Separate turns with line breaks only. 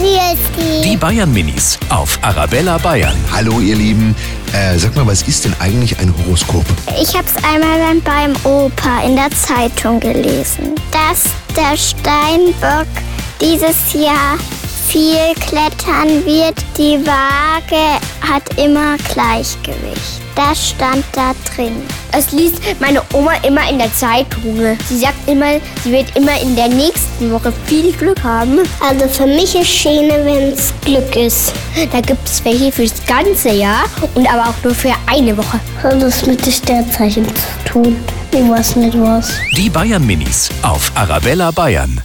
Wie ist
Die Bayern Minis auf Arabella Bayern.
Hallo ihr Lieben, äh, sag mal, was ist denn eigentlich ein Horoskop?
Ich habe es einmal beim, beim Opa in der Zeitung gelesen, dass der Steinbock dieses Jahr viel klettern wird. Die Waage hat immer Gleichgewicht. Das stand da drin. Es liest meine Oma immer in der Zeitung. Sie sagt immer, sie wird immer in der nächsten Woche viel Glück haben. Also für mich ist Schäne, wenn es Glück ist. Da gibt es welche fürs ganze Jahr und aber auch nur für eine Woche.
Hat das mit den Sternzeichen zu tun? Ich weiß nicht was.
Die Bayern Minis auf Arabella Bayern.